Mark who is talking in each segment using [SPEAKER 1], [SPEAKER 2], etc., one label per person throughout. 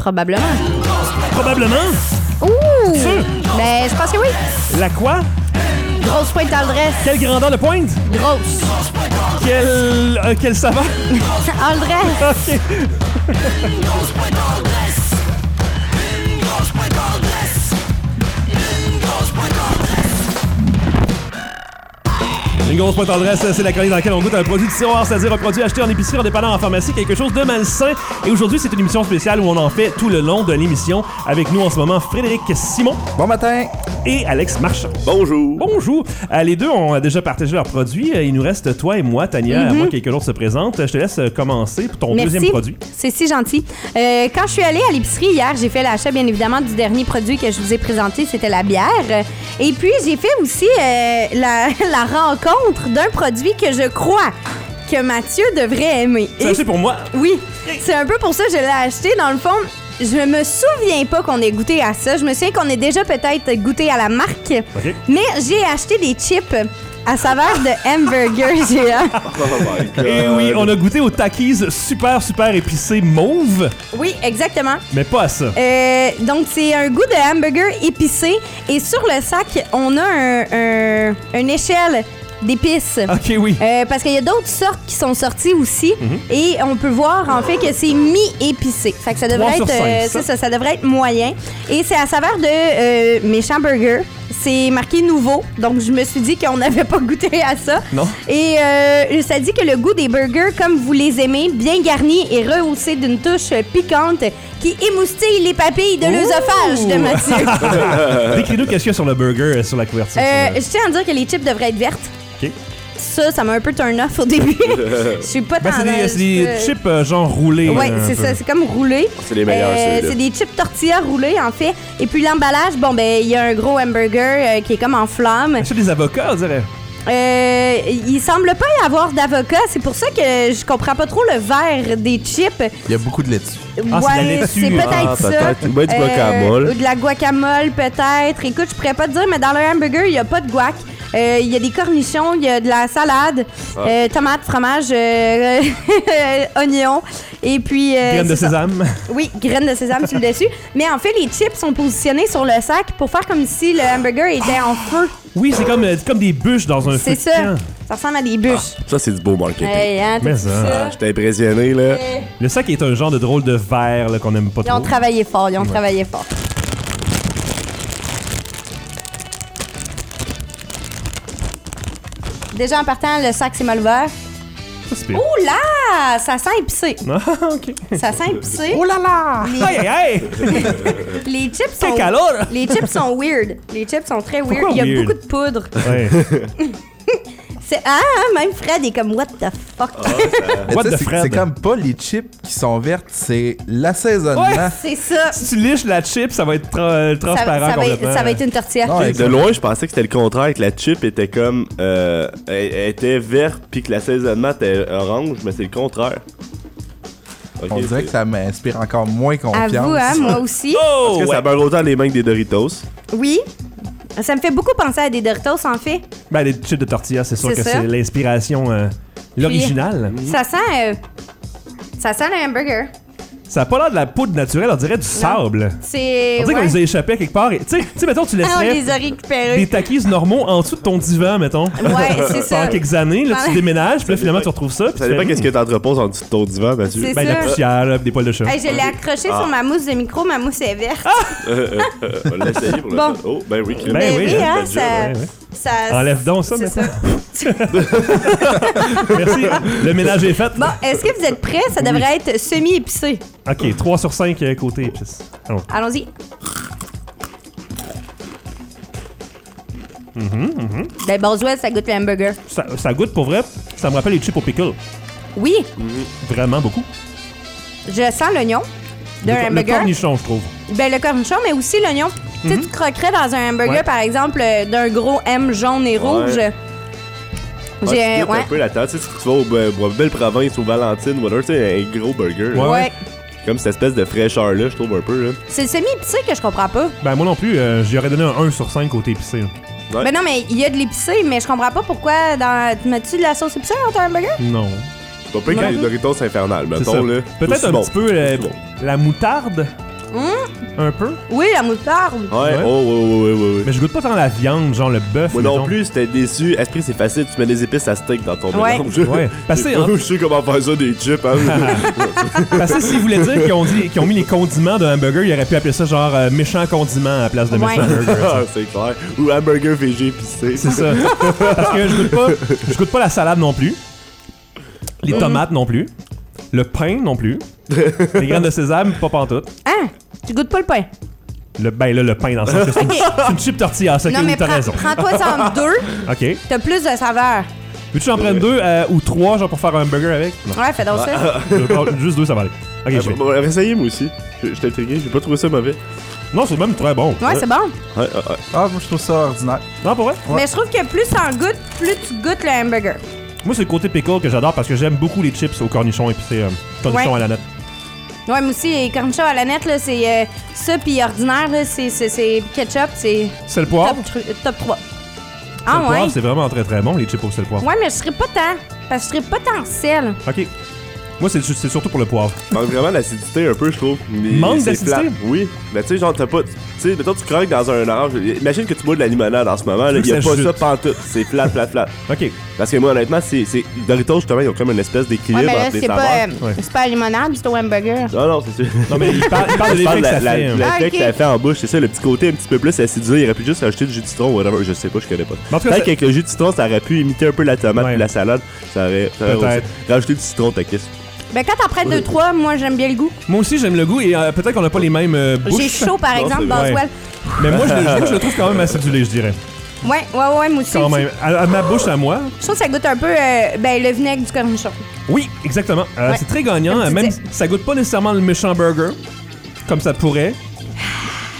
[SPEAKER 1] Probablement.
[SPEAKER 2] Probablement.
[SPEAKER 1] Ouh!
[SPEAKER 2] Sûr?
[SPEAKER 1] Ben, je pense que oui.
[SPEAKER 2] La quoi?
[SPEAKER 1] Grosse pointe d'adresse.
[SPEAKER 2] Quelle grandeur de pointe?
[SPEAKER 1] Grosse.
[SPEAKER 2] Quelle, euh, quelle saveur?
[SPEAKER 1] Aldresse.
[SPEAKER 2] OK. Une grosse pointe tendresse, c'est la chronique dans laquelle on goûte un produit de tiroir, c'est-à-dire un produit acheté en épicerie, en dépanneur, en pharmacie, quelque chose de malsain. Et aujourd'hui, c'est une émission spéciale où on en fait tout le long de l'émission. Avec nous en ce moment, Frédéric Simon
[SPEAKER 3] Bon matin.
[SPEAKER 2] et Alex Marchand.
[SPEAKER 3] Bonjour.
[SPEAKER 2] Bonjour. Euh, les deux ont euh, déjà partagé leurs produits. Euh, Il nous reste toi et moi, Tania,
[SPEAKER 1] Mhm.
[SPEAKER 2] à moins que quelqu'un d'autre se présente. Je te laisse euh, commencer pour ton deuxième produit.
[SPEAKER 1] C'est si gentil. Euh, quand je suis allée à l'épicerie hier, j'ai fait l'achat, bien évidemment, du dernier produit que je vous ai présenté, c'était la bière. Euh, Et puis, j'ai fait aussi euh, la, la rencontre d'un produit que je crois que Mathieu devrait aimer.
[SPEAKER 2] Ça, c'est pour moi.
[SPEAKER 1] Oui, c'est un peu pour ça que je l'ai acheté. Dans le fond, je me souviens pas qu'on ait goûté à ça. Je me souviens qu'on ait déjà peut-être goûté à la marque.
[SPEAKER 2] OK.
[SPEAKER 1] Mais j'ai acheté des chips à saveur de hamburger géant.
[SPEAKER 3] Eh
[SPEAKER 2] Et
[SPEAKER 3] Euh,
[SPEAKER 2] oui, on a goûté aux Takis super, super épicé mauve,
[SPEAKER 1] Oui, exactement.
[SPEAKER 2] mais pas à ça.
[SPEAKER 1] Euh, donc, c'est un goût de hamburger épicé. Et sur le sac, on a un, un- une échelle d'épices.
[SPEAKER 2] Ok, oui.
[SPEAKER 1] Euh, parce qu'il y a d'autres sortes qui sont sorties aussi
[SPEAKER 2] Mhm.
[SPEAKER 1] et on peut voir en fait que c'est mi-épicé. Fait que ça
[SPEAKER 2] Trois
[SPEAKER 1] devrait
[SPEAKER 2] sur
[SPEAKER 1] être
[SPEAKER 2] cinq,
[SPEAKER 1] euh,
[SPEAKER 2] ça.
[SPEAKER 1] c'est ça, ça devrait être moyen et c'est à saveur de euh, méchant burger. C'est marqué nouveau, donc je me suis dit qu'on n'avait pas goûté à ça.
[SPEAKER 2] Non.
[SPEAKER 1] Et euh, ça dit que le goût des burgers, comme vous les aimez, bien garni et rehaussé d'une touche piquante qui émoustille les papilles de l'œsophage de Mathieu.
[SPEAKER 2] Ah, Décris-nous qu'est-ce qu'il y a sur le burger, euh, sur la couverture.
[SPEAKER 1] Euh,
[SPEAKER 2] sur le-
[SPEAKER 1] je tiens à dire que les chips devraient être vertes.
[SPEAKER 2] Ok.
[SPEAKER 1] Ça, ça m'a un peu turn off au début. Je suis pas
[SPEAKER 2] Ben, c'est des,
[SPEAKER 1] tendance,
[SPEAKER 2] c'est des
[SPEAKER 1] euh,
[SPEAKER 2] chips euh, genre roulés.
[SPEAKER 1] Ouais,
[SPEAKER 2] euh, un
[SPEAKER 1] c'est
[SPEAKER 2] peu.
[SPEAKER 1] ça, c'est comme roulé. Euh,
[SPEAKER 3] C'est les meilleurs, ceux-là.
[SPEAKER 1] c'est des chips tortillas roulées en fait. Et puis l'emballage, bon ben il y a un gros hamburger euh, qui est comme en flamme.
[SPEAKER 2] C'est des avocats, on dirait.
[SPEAKER 1] Euh, il semble pas y avoir d'avocat, c'est pour ça que je comprends pas trop le vert des chips.
[SPEAKER 3] Il y a beaucoup de laitue.
[SPEAKER 2] Ah, c'est de la
[SPEAKER 1] ouais,
[SPEAKER 2] laitue.
[SPEAKER 1] c'est peut-être
[SPEAKER 3] Ah,
[SPEAKER 1] ça. Euh,
[SPEAKER 3] peut-être. Ou bien du guacamole.
[SPEAKER 1] ou de la guacamole, peut-être. Écoute, je pourrais pas te dire, mais dans le hamburger, il n'y a pas de guac. Euh, Il y a des cornichons, il y a de la salade,
[SPEAKER 2] Ah.
[SPEAKER 1] euh, tomates, fromage, euh, oignons, et puis... euh,
[SPEAKER 2] Graines de
[SPEAKER 1] c'est ça.
[SPEAKER 2] sésame.
[SPEAKER 1] Oui, graines de sésame sur le dessus. Mais en fait, les chips sont positionnés sur le sac pour faire comme si le hamburger était en feu.
[SPEAKER 2] Oui, c'est comme, euh, c'est comme des bûches dans un feu.
[SPEAKER 1] C'est
[SPEAKER 2] de
[SPEAKER 1] ça.
[SPEAKER 2] camp.
[SPEAKER 1] Ça ressemble à des bûches.
[SPEAKER 3] Ça, c'est du beau marketing.
[SPEAKER 1] Hey, hein, t'as
[SPEAKER 2] Ah, Mais
[SPEAKER 1] vu
[SPEAKER 2] ça.
[SPEAKER 1] ça?
[SPEAKER 3] J'étais impressionné, là.
[SPEAKER 2] Le sac est un genre de drôle de verre là, qu'on aime pas
[SPEAKER 1] Ils ont
[SPEAKER 2] trop.
[SPEAKER 1] travaillé fort, ils ont travaillé fort. Déjà en partant, le sac c'est mal ouvert.
[SPEAKER 2] C'est pire.
[SPEAKER 1] Ouh là! Ça sent épicé.
[SPEAKER 2] Ah, ok.
[SPEAKER 1] Ça sent épicé.
[SPEAKER 2] là là! Hey, hey, hey!
[SPEAKER 1] Les chips
[SPEAKER 2] Quel
[SPEAKER 1] sont.
[SPEAKER 2] calor!
[SPEAKER 1] Les chips sont weird. Les chips sont très weird.
[SPEAKER 2] Pourquoi
[SPEAKER 1] Il y a
[SPEAKER 2] weird?
[SPEAKER 1] beaucoup de poudre.
[SPEAKER 2] Ouais.
[SPEAKER 1] C'est ah, même Fred est comme what the fuck.
[SPEAKER 3] Mais
[SPEAKER 2] What
[SPEAKER 3] tu
[SPEAKER 2] the
[SPEAKER 3] sais, c'est
[SPEAKER 2] Fred?
[SPEAKER 3] c'est comme pas les chips qui sont vertes, c'est l'assaisonnement.
[SPEAKER 1] c'est ça.
[SPEAKER 2] si tu liches la chip, ça va être tra- euh,
[SPEAKER 1] Ça,
[SPEAKER 2] transparent
[SPEAKER 1] ça va,
[SPEAKER 2] complètement.
[SPEAKER 1] ça va être une tortillère.
[SPEAKER 3] Non,
[SPEAKER 4] De loin, je pensais que c'était le contraire, que la chip était comme. Euh, elle- elle était verte, puis que l'assaisonnement était orange, mais c'est le contraire. Ok,
[SPEAKER 3] On dirait que
[SPEAKER 4] c'est-
[SPEAKER 3] ça m'inspire encore moins
[SPEAKER 1] À
[SPEAKER 3] confiance.
[SPEAKER 1] vous, hein, moi aussi.
[SPEAKER 2] Oh!
[SPEAKER 4] Est-ce que
[SPEAKER 2] ouais.
[SPEAKER 4] ça beurre autant les mains que des Doritos.
[SPEAKER 1] Oui. Ça me fait beaucoup penser à des Doritos en fait.
[SPEAKER 2] Ben, les chips de tortilla, c'est sûr
[SPEAKER 1] C'est
[SPEAKER 2] que
[SPEAKER 1] ça.
[SPEAKER 2] c'est l'inspiration, euh, l'original.
[SPEAKER 1] Ça sent. euh, ça sent le hamburger.
[SPEAKER 2] Ça a pas l'air de la poudre naturelle, on dirait du sable.
[SPEAKER 1] C'est.
[SPEAKER 2] On dirait qu'on
[SPEAKER 1] ouais.
[SPEAKER 2] les a échappés quelque part. et- Tu sais- tu sais, mettons, tu
[SPEAKER 1] Ah, on les
[SPEAKER 2] laisserais
[SPEAKER 1] a
[SPEAKER 2] des
[SPEAKER 1] récupérés.
[SPEAKER 2] taquis normaux en dessous de ton divan, mettons.
[SPEAKER 1] Ouais, c'est ça.
[SPEAKER 2] Pendant quelques années, là, tu
[SPEAKER 1] Ouais.
[SPEAKER 2] déménages, puis là, finalement, tu retrouves ça. puis
[SPEAKER 4] Ça
[SPEAKER 2] tu
[SPEAKER 4] dépend
[SPEAKER 2] fais,
[SPEAKER 4] qu'est-ce que t'entreposes en dessous de ton divan, Mathieu.
[SPEAKER 1] C'est
[SPEAKER 2] Ben, de la
[SPEAKER 1] ça.
[SPEAKER 2] poussière, là, puis des poils de chat.
[SPEAKER 1] Hey, je l'ai accroché sur ma mousse de micro, ma mousse est verte.
[SPEAKER 4] Euh, euh, on l'a essayé pour le
[SPEAKER 1] Bon.
[SPEAKER 4] Oh, ben oui,
[SPEAKER 2] Ah,
[SPEAKER 4] Clément.
[SPEAKER 2] Ben
[SPEAKER 1] Mais
[SPEAKER 2] oui,
[SPEAKER 1] oui,
[SPEAKER 2] hein,
[SPEAKER 1] hein,
[SPEAKER 4] belle
[SPEAKER 1] ça,
[SPEAKER 2] job, ouais, ouais.
[SPEAKER 1] ça-
[SPEAKER 2] Enlève donc ça,
[SPEAKER 1] c'est
[SPEAKER 2] maintenant. Merci. Le ménage est fait.
[SPEAKER 1] Bon, est-ce que vous êtes prêts? Ça devrait être semi-épicé.
[SPEAKER 2] Ok, 3 sur euh, 5 côté épices. Allons.
[SPEAKER 1] Allons-y.
[SPEAKER 2] Mm-hmm,
[SPEAKER 1] Ben, Boswell, ça goûte le hamburger.
[SPEAKER 2] Ça, ça goûte pour vrai. Ça me rappelle les chips au pickle.
[SPEAKER 1] Oui,
[SPEAKER 2] Vraiment beaucoup.
[SPEAKER 1] je sens l'oignon
[SPEAKER 2] Le,
[SPEAKER 1] d'un
[SPEAKER 2] le
[SPEAKER 1] hamburger.
[SPEAKER 2] cornichon, je trouve.
[SPEAKER 1] Ben, le cornichon, mais aussi l'oignon. Tu sais, tu croquerais dans un hamburger,
[SPEAKER 2] Ouais.
[SPEAKER 1] par exemple, euh, d'un gros M jaune et rouge.
[SPEAKER 4] Ah, tu
[SPEAKER 1] J'ai.
[SPEAKER 4] goûtes
[SPEAKER 1] Ouais.
[SPEAKER 4] un peu la tête. Tu sais, si tu vas au Be- au Belle Province, au Valentine, whatever, tu sais, un gros burger. là.
[SPEAKER 2] Ouais.
[SPEAKER 1] Ouais.
[SPEAKER 4] Comme cette espèce de fraîcheur-là, je trouve un peu. Là.
[SPEAKER 1] C'est le semi-épicé que je comprends pas.
[SPEAKER 2] Ben, moi non plus, euh, j'y aurais donné un 1 sur 5 côté épicé. là.
[SPEAKER 4] Ouais.
[SPEAKER 1] Ben non, mais il y a de l'épicé, mais je comprends pas pourquoi dans. Mets-tu de la sauce épicée dans ton hamburger?
[SPEAKER 2] Non.
[SPEAKER 4] C'est pas pire que les Doritos infernales,
[SPEAKER 2] C'est
[SPEAKER 4] mettons.
[SPEAKER 2] ça.
[SPEAKER 4] là.
[SPEAKER 2] Peut-être
[SPEAKER 4] Tout
[SPEAKER 2] un
[SPEAKER 4] bon.
[SPEAKER 2] petit peu euh,
[SPEAKER 4] Tout bon.
[SPEAKER 2] la moutarde.
[SPEAKER 1] Mmh.
[SPEAKER 2] Un peu.
[SPEAKER 1] Oui, la moutarde.
[SPEAKER 4] Ouais,
[SPEAKER 2] Ouais.
[SPEAKER 4] oh, ouais, ouais, ouais, ouais, ouais.
[SPEAKER 2] Mais je goûte pas tant la viande, genre le bœuf.
[SPEAKER 4] Moi non
[SPEAKER 2] mettons.
[SPEAKER 4] plus, c'était déçu. Esprit, c'est facile, tu mets des épices à steak dans ton
[SPEAKER 1] Ouais.
[SPEAKER 4] mélange.
[SPEAKER 2] Ouais. Parce que, en-
[SPEAKER 4] Je sais comment faire ça des chips. Hein.
[SPEAKER 2] Parce que s'ils voulaient dire qu'ils ont, dit- qu'ils ont mis les condiments d'un hamburger, ils auraient pu appeler ça genre euh, méchant condiment à la place de méchant
[SPEAKER 1] Ouais.
[SPEAKER 2] burger.
[SPEAKER 4] Ah, c'est clair. Ou hamburger végé épicé.
[SPEAKER 2] C'est ça. Parce que je goûte pas, je goûte pas la salade non plus, les
[SPEAKER 1] Mmh.
[SPEAKER 2] tomates non plus, le pain non plus, les graines de sésame, pas pantoute.
[SPEAKER 1] Hein? Tu goûtes pas le pain?
[SPEAKER 2] Le, ben là, le pain dans le sens que c'est une,
[SPEAKER 1] Ok.
[SPEAKER 2] c'est une chip tortilla, ça
[SPEAKER 1] non,
[SPEAKER 2] qui
[SPEAKER 1] mais
[SPEAKER 2] t'as
[SPEAKER 1] prends-
[SPEAKER 2] raison.
[SPEAKER 1] prends-toi ça en deux.
[SPEAKER 2] Ok.
[SPEAKER 1] T'as plus de saveur.
[SPEAKER 2] Veux-tu en prendre deux euh, ou trois genre pour faire un burger avec? Non.
[SPEAKER 1] Ouais, fais donc ça.
[SPEAKER 2] Deux, non, juste deux, ça va aller. Ok, je
[SPEAKER 4] Ah,
[SPEAKER 2] vais.
[SPEAKER 4] bon, bon, Essayez, moi aussi. Je- J'étais intrigué, j'ai pas trouvé ça mauvais.
[SPEAKER 2] Non, c'est même très bon.
[SPEAKER 1] Ouais, c'est bon.
[SPEAKER 4] Ouais, ouais, ouais.
[SPEAKER 3] Ah, moi, je trouve ça ordinaire.
[SPEAKER 2] Non, pour vrai?
[SPEAKER 1] Mais je trouve que plus t'en goûtes, plus tu goûtes le hamburger.
[SPEAKER 2] Moi, c'est le côté pickle que j'adore parce que j'aime beaucoup les chips au cornichon épicé, euh, cornichon
[SPEAKER 1] Ouais.
[SPEAKER 2] à la nette.
[SPEAKER 1] Ouais, mais aussi, les cornichons à la nette, là, c'est euh, ça, puis ordinaire, là, c'est- c'est c'est ketchup, c'est
[SPEAKER 2] C'est le
[SPEAKER 1] top,
[SPEAKER 2] poivre.
[SPEAKER 1] tru- euh, top 3.
[SPEAKER 2] Sel
[SPEAKER 1] Ah
[SPEAKER 2] poivre,
[SPEAKER 1] ouais?
[SPEAKER 2] c'est vraiment très très bon, les chips au sel poivre.
[SPEAKER 1] Ouais, mais je serais pas tant. Parce que je serais pas tant sel.
[SPEAKER 2] Ok. Moi, c'est c'est surtout pour le poivre.
[SPEAKER 4] Manque vraiment d'acidité un peu, je trouve. Mais
[SPEAKER 2] Manque
[SPEAKER 4] c'est
[SPEAKER 2] d'acidité?
[SPEAKER 4] plate. Oui. Mais tu sais, genre, t'as pas. Tu sais, mettons, tu croques dans un orange. Imagine que tu bois de la limonade en ce moment, là.
[SPEAKER 2] veux que
[SPEAKER 4] Y a
[SPEAKER 2] ça
[SPEAKER 4] pas
[SPEAKER 2] jute.
[SPEAKER 4] ça pantoute. C'est plat, plat, plat.
[SPEAKER 2] Ok.
[SPEAKER 4] Parce que moi, honnêtement, c'est. c'est- Doritos, justement, ils ont comme une espèce
[SPEAKER 1] Ouais,
[SPEAKER 4] d'équilibre
[SPEAKER 1] mais là,
[SPEAKER 4] entre les
[SPEAKER 1] c'est
[SPEAKER 4] saveurs.
[SPEAKER 1] pas, euh,
[SPEAKER 2] Ouais.
[SPEAKER 1] c'est pas la limonade, c'est au hamburger.
[SPEAKER 4] Non, non, c'est sûr.
[SPEAKER 2] Non, mais il parle, il parle de
[SPEAKER 4] Je
[SPEAKER 2] l'effet
[SPEAKER 4] parle
[SPEAKER 2] que
[SPEAKER 4] de
[SPEAKER 2] ça
[SPEAKER 4] la, la,
[SPEAKER 2] fait. hein.
[SPEAKER 4] l'effet
[SPEAKER 1] Ah,
[SPEAKER 4] que
[SPEAKER 1] ok.
[SPEAKER 4] ça fait en bouche, c'est ça, le petit côté un petit peu plus acidulé. Il aurait pu juste ajouter du jus de citron, whatever. Je sais pas, je connais pas.
[SPEAKER 2] En tout cas,
[SPEAKER 4] Peut-être
[SPEAKER 2] c'est-
[SPEAKER 4] qu'avec le jus de citron, ça aurait pu imiter un peu la tomate
[SPEAKER 2] Ouais.
[SPEAKER 4] puis la salade. Ça aurait. ça aurait
[SPEAKER 2] Peut-être.
[SPEAKER 4] aussi- Rajouter du citron, t'as qu'est-ce
[SPEAKER 1] Ben, quand t'en prêtes deux, trois, moi, j'aime bien le goût.
[SPEAKER 2] Moi aussi, j'aime le goût et euh, peut-être qu'on n'a pas les mêmes euh, bouches.
[SPEAKER 1] J'ai chaud, par
[SPEAKER 4] Non,
[SPEAKER 1] exemple,
[SPEAKER 4] c'est-
[SPEAKER 1] dans
[SPEAKER 2] ouais.
[SPEAKER 1] Swell.
[SPEAKER 2] Mais moi, je, le- je- je le trouve quand même acidulé, je dirais.
[SPEAKER 1] Ouais, ouais, ouais, moi aussi.
[SPEAKER 2] Quand même. À, à ma bouche, à moi.
[SPEAKER 1] Je trouve que ça goûte un peu euh, ben, le vinaigre du cornichon.
[SPEAKER 2] Oui, exactement. Euh,
[SPEAKER 1] Ouais.
[SPEAKER 2] C'est très gagnant.
[SPEAKER 1] Comme tu
[SPEAKER 2] euh, Même
[SPEAKER 1] disais.
[SPEAKER 2] ça goûte pas nécessairement le méchant burger, comme ça pourrait.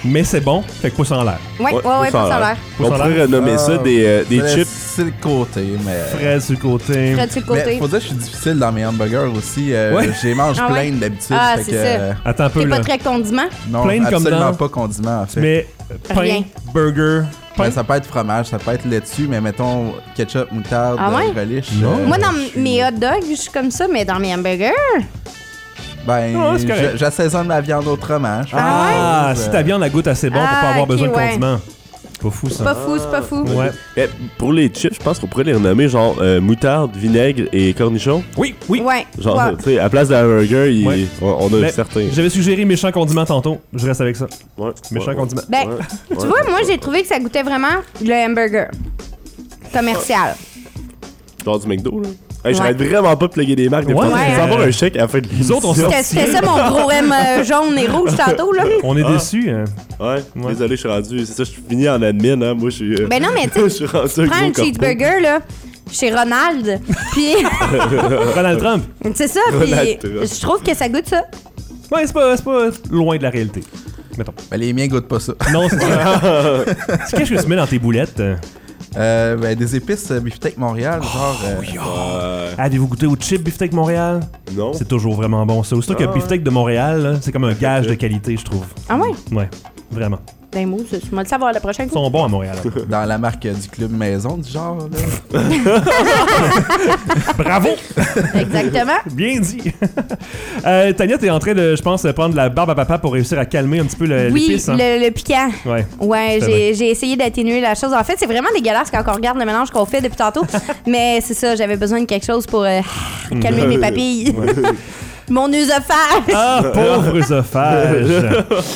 [SPEAKER 2] Mais c'est bon, fait que pouce en l'air.
[SPEAKER 1] Ouais, ouais, ouais, pas ça l'air.
[SPEAKER 4] On pourrait renommer ça
[SPEAKER 3] Ah,
[SPEAKER 4] des, euh, des
[SPEAKER 3] mais
[SPEAKER 4] chips.
[SPEAKER 3] C'est le côté, mais.
[SPEAKER 2] Fraise du côté.
[SPEAKER 1] Près de ce
[SPEAKER 3] Mais
[SPEAKER 1] côté.
[SPEAKER 3] faut dire que je suis difficile dans mes hamburgers aussi. euh,
[SPEAKER 2] Ouais.
[SPEAKER 3] J'y mange
[SPEAKER 1] Ah ouais?
[SPEAKER 3] plein d'habitude.
[SPEAKER 1] Ah,
[SPEAKER 3] fait
[SPEAKER 1] c'est
[SPEAKER 3] que,
[SPEAKER 1] ça.
[SPEAKER 3] euh,
[SPEAKER 2] Attends un peu,
[SPEAKER 1] T'es
[SPEAKER 2] là.
[SPEAKER 1] pas très condiment.
[SPEAKER 3] Non,
[SPEAKER 2] Plein de comme
[SPEAKER 3] absolument
[SPEAKER 2] dans-
[SPEAKER 3] pas condiment en fait.
[SPEAKER 2] Mais euh, pain,
[SPEAKER 1] Rien.
[SPEAKER 2] burger, pain.
[SPEAKER 3] Ouais, ça peut être fromage, ça peut être laitue, mais mettons ketchup, moutarde,
[SPEAKER 1] Ah ouais?
[SPEAKER 3] euh, relish.
[SPEAKER 2] Non.
[SPEAKER 1] Moi, dans
[SPEAKER 3] je suis-
[SPEAKER 1] mes hot dogs, je suis comme ça, mais dans mes hamburgers,
[SPEAKER 3] Ben,
[SPEAKER 2] Non, c'est correct.
[SPEAKER 3] je- j'assaisonne ma viande autrement. je
[SPEAKER 2] Ah,
[SPEAKER 3] pense.
[SPEAKER 2] si ta viande la goûte assez bon pour
[SPEAKER 1] Ah,
[SPEAKER 2] pas avoir
[SPEAKER 1] ok,
[SPEAKER 2] besoin
[SPEAKER 1] ouais.
[SPEAKER 2] de condiments. Pas fou ça.
[SPEAKER 1] c'est pas fou, c'est pas fou.
[SPEAKER 2] Ouais.
[SPEAKER 4] Mais Eh, pour les chips, je pense qu'on pourrait les renommer genre euh, moutarde, vinaigre et cornichon.
[SPEAKER 2] Oui, oui.
[SPEAKER 1] Ouais.
[SPEAKER 4] Genre,
[SPEAKER 1] ouais.
[SPEAKER 4] tu sais, à place d'un burger, il-
[SPEAKER 2] Ouais.
[SPEAKER 4] on, on a
[SPEAKER 2] Mais
[SPEAKER 4] certains.
[SPEAKER 2] J'avais suggéré méchant condiment tantôt. Je reste avec ça.
[SPEAKER 4] Ouais,
[SPEAKER 2] Méchant
[SPEAKER 4] ouais,
[SPEAKER 2] condiment.
[SPEAKER 1] Ben,
[SPEAKER 4] ouais,
[SPEAKER 1] tu
[SPEAKER 4] ouais.
[SPEAKER 1] vois, moi, j'ai trouvé que ça goûtait vraiment le hamburger commercial.
[SPEAKER 4] Genre du McDo, là. Hey, J'arrête
[SPEAKER 1] Ouais.
[SPEAKER 4] vraiment pas de plugger des marques. Des
[SPEAKER 2] Ouais.
[SPEAKER 4] fois,
[SPEAKER 1] Ouais,
[SPEAKER 4] Ils
[SPEAKER 1] hein.
[SPEAKER 4] envoient un chèque à la fin de
[SPEAKER 2] Nous autres, on
[SPEAKER 4] l'émission.
[SPEAKER 2] sort-
[SPEAKER 1] C'était c'était ça mon gros M euh, jaune et rouge tantôt, là.
[SPEAKER 2] On est
[SPEAKER 4] Ah.
[SPEAKER 2] déçus. hein.
[SPEAKER 4] Ouais,
[SPEAKER 2] Ouais.
[SPEAKER 4] désolé, je suis rendu. C'est ça, je suis fini en admin, hein. Moi, je suis. euh,
[SPEAKER 1] Ben non, mais tu sais,
[SPEAKER 4] je suis rendu
[SPEAKER 1] Prends
[SPEAKER 4] un gros
[SPEAKER 1] un
[SPEAKER 4] corpo.
[SPEAKER 1] cheeseburger, là, chez Ronald, puis...
[SPEAKER 2] Donald Trump.
[SPEAKER 1] c'est ça, puis
[SPEAKER 4] Ronald Trump.
[SPEAKER 1] je trouve que ça goûte ça.
[SPEAKER 2] Ouais, c'est pas, c'est pas loin de la réalité. Mettons.
[SPEAKER 3] Ben, les miens goûtent pas ça.
[SPEAKER 2] Non, c'est ça. Qu'est-ce que tu mets dans tes boulettes? euh?
[SPEAKER 3] Euh, ben, des épices euh, Beefsteak Montréal,
[SPEAKER 2] Oh,
[SPEAKER 3] genre. euh,
[SPEAKER 4] Ouais.
[SPEAKER 2] Avez-vous goûté au chip Beefsteak Montréal?
[SPEAKER 4] Non.
[SPEAKER 2] C'est toujours vraiment bon ça. Surtout que
[SPEAKER 4] Ah.
[SPEAKER 2] Beefsteak de Montréal, là, c'est comme un gage de qualité, je trouve.
[SPEAKER 1] Ah ouais?
[SPEAKER 2] Ouais, vraiment.
[SPEAKER 1] Ben, moi, je vais le savoir le prochain
[SPEAKER 2] Ils
[SPEAKER 1] coup.
[SPEAKER 2] sont bons à Montréal.
[SPEAKER 3] dans la marque euh, du club maison, du genre. Là.
[SPEAKER 2] Bravo!
[SPEAKER 1] Exactement.
[SPEAKER 2] Bien dit. euh, Tania, t'es en train de, je pense, prendre la barbe à papa pour réussir à calmer un petit peu le-
[SPEAKER 1] Oui,
[SPEAKER 2] l'épice. hein?
[SPEAKER 1] le, le piquant.
[SPEAKER 2] Ouais.
[SPEAKER 1] Ouais,
[SPEAKER 2] C'est
[SPEAKER 1] j'ai j'ai essayé d'atténuer la chose. En fait, c'est vraiment dégueulasse quand on regarde le mélange qu'on fait depuis tantôt. mais c'est ça, j'avais besoin de quelque chose pour euh, calmer mes papilles. Mon œsophage.
[SPEAKER 2] Ah, pauvre oesophage!